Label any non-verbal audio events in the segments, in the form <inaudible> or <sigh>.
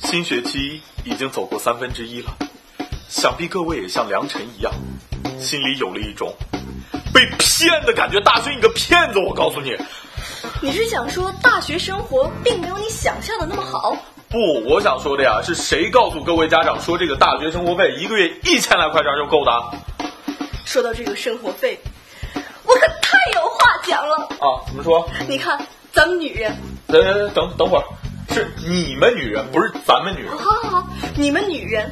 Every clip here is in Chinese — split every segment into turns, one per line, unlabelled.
新学期已经走过三分之一了，想必各位也像梁晨一样，心里有了一种被骗的感觉。大学你个骗子，我告诉你！
你是想说大学生活并没有你想象的那么好？
不，我想说的呀，是谁告诉各位家长说这个大学生活费一个月一千来块钱就够的啊？
说到这个生活费，我可太有话讲了。
啊怎么说？
你看，咱们女人，
等等等等会儿，是你们女人，不是咱们女人，
啊好好好，你们女人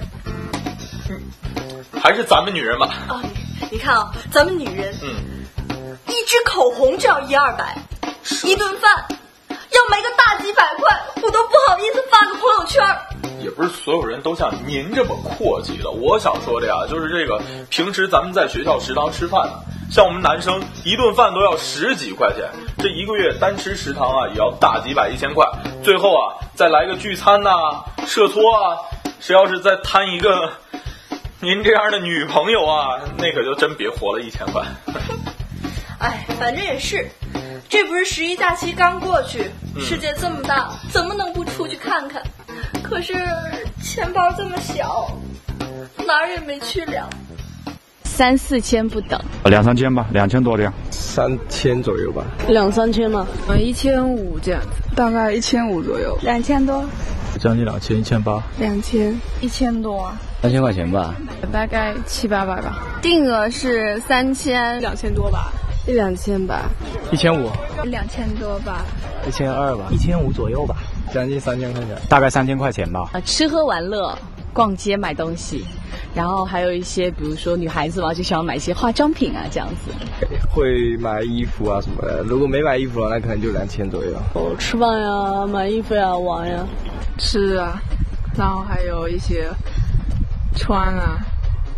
还是咱们女人吧？
啊，你看啊，咱们女人
嗯，
一支口红就要一二百，一顿饭要没个大几百块，我都不好意思发个朋友圈儿。
也不是所有人都像您这么阔气的。我想说的呀，就是这个，平时咱们在学校食堂吃饭啊，像我们男生一顿饭都要十几块钱，这一个月单吃食堂啊，也要大几百一千块。最后啊，再来个聚餐呐、社托啊，谁要是再摊一个您这样的女朋友啊，那可就真别活了，一千块。
哎，反正也是，这不是十一假期刚过去，
嗯
世界这么大，怎么能不出去看看？可是钱包这么小，哪儿也没去了。
三四千不等，
呃两三千吧，两千多这样。
三千左右吧。
两三千吧。
呃，一千五这样子，大概一千五左右，
两千多，
将近两千，一千八。
两千，
一千多啊，
三千块钱吧，
大概七八百吧，
定额是三千，
两千多吧，
一两千吧。
一千五，
两千多吧，
一千二吧，一千五左右吧，将近三千块钱，大概三千块钱吧。
啊，吃喝玩乐、逛街买东西，然后还有一些，比如说女孩子嘛，就喜欢买一些化妆品啊这样子。
会买衣服啊什么的，如果没买衣服那可能就两千左右。
哦，吃饭呀，买衣服呀，玩呀。
吃啊，然后还有一些穿啊、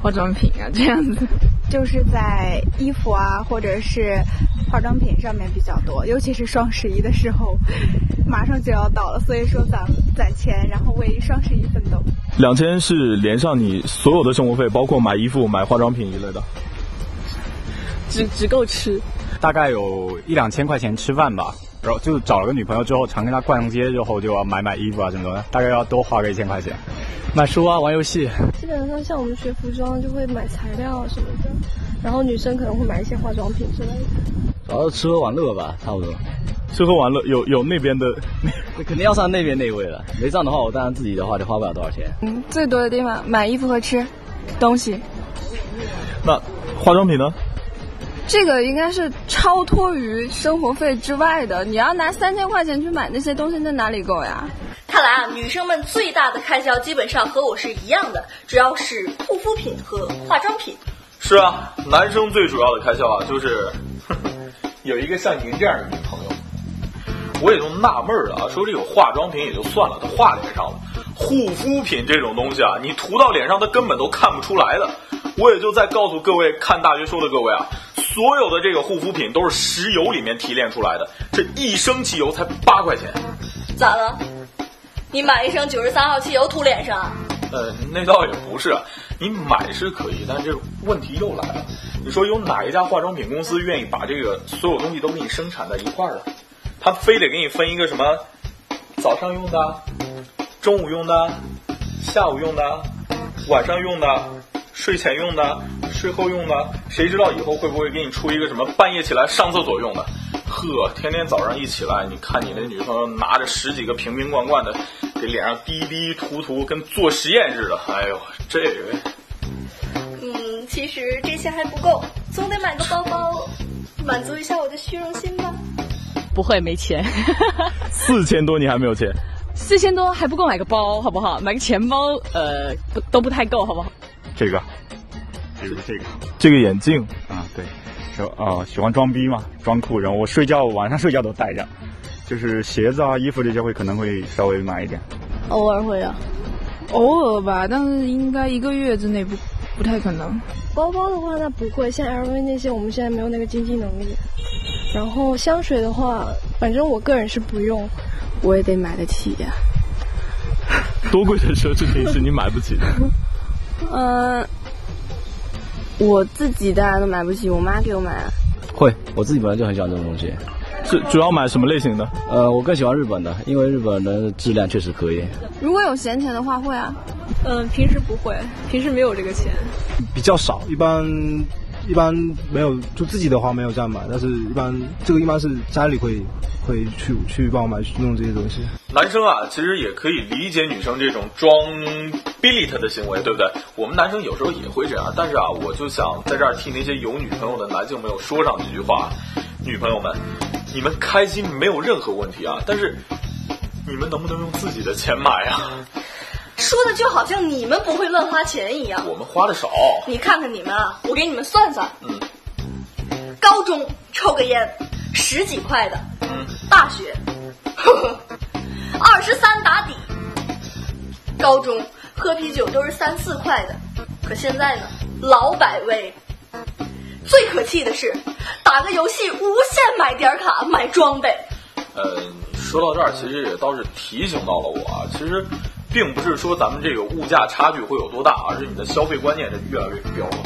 化妆品啊这样子。
就是在衣服啊或者是化妆品上面比较多，尤其是双十一的时候，
嗯
马上就要到了，所以说攒攒钱，然后为双十一奋斗。
两千是连上你所有的生活费，包括买衣服、买化妆品一类的。
<laughs> 只只够吃，
大概有一两千块钱吃饭吧。然后就找了个女朋友之后，常跟她逛街，之后就要买买衣服啊什么的，大概要多花个一千块钱。买书啊，玩游戏。
基本上像我们学服装就会买材料什么的，然后女生可能会买一些化妆品之类的。
主要是吃喝玩乐吧，差不多。
吃喝玩乐有有那边的，
<laughs> 肯定要上那边那位了，没上的话，我当然自己的话就花不了多少钱。
嗯，最多的地方买衣服和吃东西，
那化妆品呢？
这个应该是超脱于生活费之外的。你要拿三千块钱去买那些东西，那哪里够呀？
看来啊，女生们最大的开销基本上和我是一样的，主要是护肤品和化妆品。
是啊，男生最主要的开销啊，就是呵呵有一个像您这样的女朋友。我也就纳闷儿了啊，说这有化妆品也就算了，都画脸上了，护肤品这种东西啊，你涂到脸上，它根本都看不出来的。我也就在告诉各位看大学说的各位啊，所有的这个护肤品都是石油里面提炼出来的，这一升汽油才八块钱。
咋了？你买一升九十三号汽油涂脸上啊？
呃，那倒也不是，啊你买是可以，但是问题又来了。你说有哪一家化妆品公司愿意把这个所有东西都给你生产在一块儿啊？他非得给你分一个什么早上用的、啊中午用的、啊下午用的、晚上用的、睡前用的、睡后用的，谁知道以后会不会给你出一个什么半夜起来上厕所用的？呵，天天早上一起来，你看你那女朋友拿着十几个瓶瓶罐罐的，给脸上滴滴涂涂，跟做实验似的。哎呦，这个
嗯，其实这些还不够，总得买个包包，满足一下我的虚荣心吧。
不会没钱。 <laughs>
四千多你还没有钱？
四千多还不够买个包，好不好？买个钱包，呃，不都不太够，好不好？
这个，这个，这个
这个眼镜
啊，对，就哦、喜欢装逼嘛，装酷。然后我睡觉晚上睡觉都戴着，就是鞋子啊、衣服这些会可能会稍微买一点。
偶尔会啊。
偶尔吧，但是应该一个月之内不不太可能。
包包的话，那不贵，像 LV 那些，我们现在没有那个经济能力。然后香水的话，反正我个人是不用，
我也得买得起呀、
多贵的奢侈品是你买不起的。
嗯、我自己当然都买不起，我妈给我买啊。
会，我自己本来就很喜欢这种东西。
主主要买什么类型的？
呃，我更喜欢日本的，因为日本的质量确实可以。
如果有闲钱的话，会啊。
嗯，平时不会，平时没有这个钱。
比较少，一般一般没有，就自己的话没有这样买，但是一般这个一般是家里会会去去帮我买去弄这些东西。
男生啊，其实也可以理解女生这种装 billet 的行为，对不对？我们男生有时候也会这样，但是啊，我就想在这儿替那些有女朋友的男性朋友说上几句话，女朋友们，你们开心没有任何问题啊，但是你们能不能用自己的钱买啊？
说的就好像你们不会乱花钱一样。
我们花的少，
你看看你们啊，我给你们算算。嗯。高中抽个烟，十几块的。嗯。大学，呵呵，二十三打底。高中喝啤酒都是三四块的，可现在呢，老百威。最可气的是，打个游戏无限买点卡，买装备。
呃，说到这儿，其实也倒是提醒到了我啊，其实。并不是说咱们这个物价差距会有多大，而是你的消费观念是越来越标了。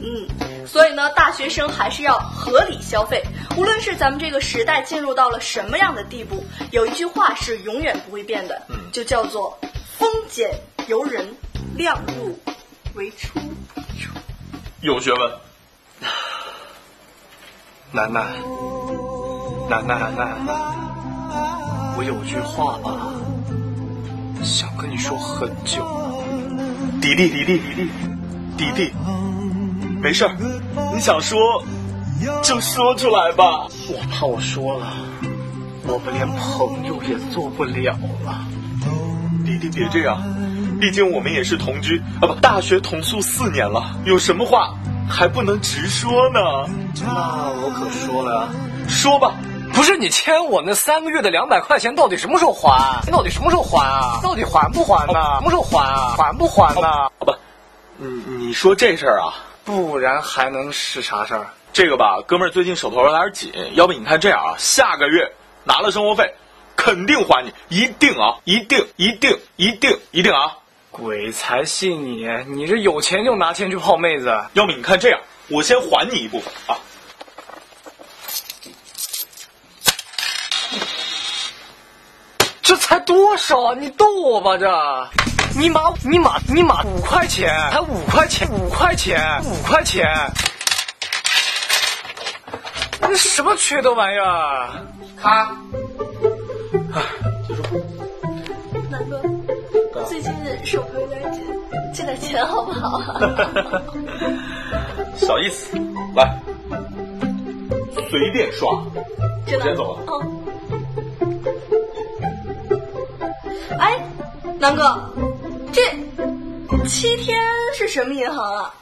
嗯，所以呢，大学生还是要合理消费。无论是咱们这个时代进入到了什么样的地步，有一句话是永远不会变的，嗯、就叫做“丰俭由人，量入为出”。
有学问，
楠楠，楠楠楠楠，我有句话吧。想跟你说很久了，迪迪迪迪迪迪迪，没事儿，你想说就说出来吧。我怕我说了，我们连朋友也做不了了。迪迪别这样，毕竟我们也是同居啊，不，大学同宿四年了，有什么话还不能直说呢？
那我可说了，
说吧。
不是你欠我那三个月的两百块钱到底什么时候还？到底什么时候还啊？到底还不还呢、啊？什么时候还啊？还不还呢、啊？
好吧，你
嗯
你说这事儿啊，
不然还能是啥事儿？
这个吧，哥们儿最近手头有点紧，要不你看这样啊，下个月拿了生活费，肯定还你，一定啊，一定，一定，一定，一定啊！
鬼才信你！你这有钱就拿钱去泡妹子，
要不你看这样，我先还你一部分啊。
这才多少？你逗我吧这！你妈你妈你妈五块钱，才五块钱，五块钱，五块钱！那什么缺德玩意儿？啊
咔！哎，结束。南哥，
啊
最近手头有点紧，借点钱好不好？
小意思，来，随便刷。
真
<laughs>
的？
先走了。
<laughs>
嗯。
哎，南哥，这七天是什么银行啊？